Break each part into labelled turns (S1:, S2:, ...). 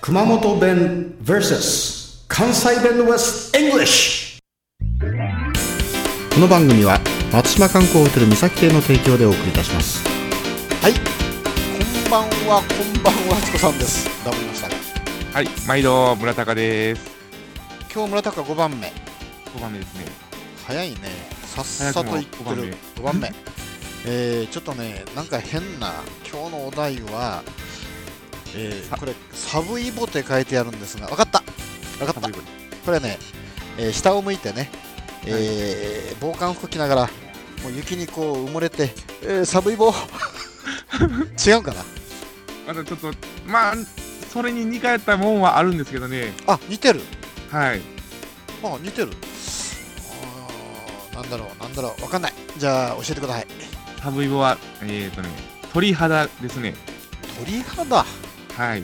S1: 熊本弁 vs 関西弁 vs English この番組は松島観光ホテル三崎邸の提供でお送りいたします
S2: はい、こんばんは、こんばんは、つこさんです。ダブりましたね。
S3: はい、毎度村高です。
S2: 今日村高五番目、
S3: 5番目ですね。
S2: 早いね。さっさといって
S3: 早くも
S2: る五番目。えー、ちょっとね、なんか変な今日のお題は、えー、これサブイボって書いてあるんですが、わかった。わかった。これね、えー下を向いてね、えー防寒服着ながら、もう雪にこう埋もれて、えー、サブイボ。 違うかな。
S3: まだちょっと、まあ、それに似通ったもんはあるんですけどね。
S2: あ、似てる。
S3: はい。
S2: あ似てるあーなんだろうなんだろうわかんないじゃあ教えてください
S3: サブイボは、えっ、ー、とね、鳥肌ですね。
S2: 鳥肌
S3: はい。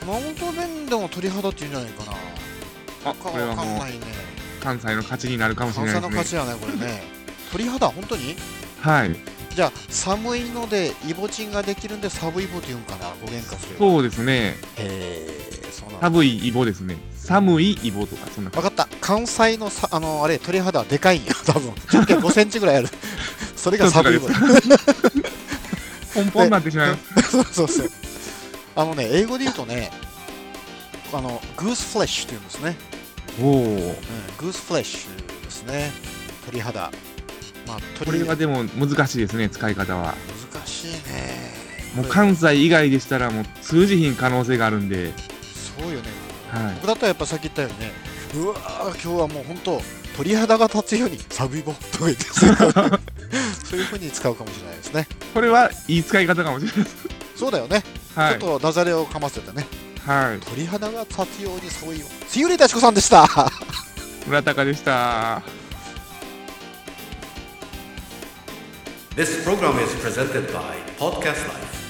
S2: 熊本弁でも鳥肌って言うんじゃないかな
S3: あ、
S2: か
S3: これ
S2: わ
S3: は
S2: かん
S3: もう
S2: ないね
S3: 関西の勝ちになるかもしれ
S2: 関
S3: な
S2: 西
S3: い
S2: の
S3: で
S2: 勝
S3: す
S2: ちやね
S3: ね。
S2: これね鳥肌本当に
S3: はい。
S2: じゃあ寒いのでイボチンができるんでサブイボって言うんかな語源化する
S3: そうですね。
S2: へえそうなんだ
S3: 寒いイボですね。寒いイボとか、そんな
S2: わ
S3: 感
S2: かった関西のさあのあれ鳥肌はでかいんや 多分直径5センチぐらいある それがサブイボだ
S3: じ。ポンポンになってしまいま す。
S2: そうそうそう。あのね、英語で言うとね、あの、グースフレッシュって言うんですね。
S3: おお。
S2: うん、グースフレッシュですね。鳥肌。まあ、
S3: こ
S2: 鳥
S3: れ
S2: 肌
S3: はでも難しいですね、使い方は。
S2: 難しいね。
S3: もう関西以外でしたら、もう通じひん可能性があるんで。
S2: そうよね。
S3: はい。
S2: 僕だったらやっぱさっき言ったようにね、うわー、今日はもう本当、鳥肌が立つようにサビボッとか言って、 そういう風に使うかもしれないですね。
S3: これはいい使い方かもしれないです。
S2: そうだよね。
S3: は
S2: ちょっとダジャレをかませてね。
S3: い。はい。
S2: 鳥肌が立つようにサビボ。つゆれたちこさんでした。
S3: 村高でした。
S4: This program is presented by Podcast Life.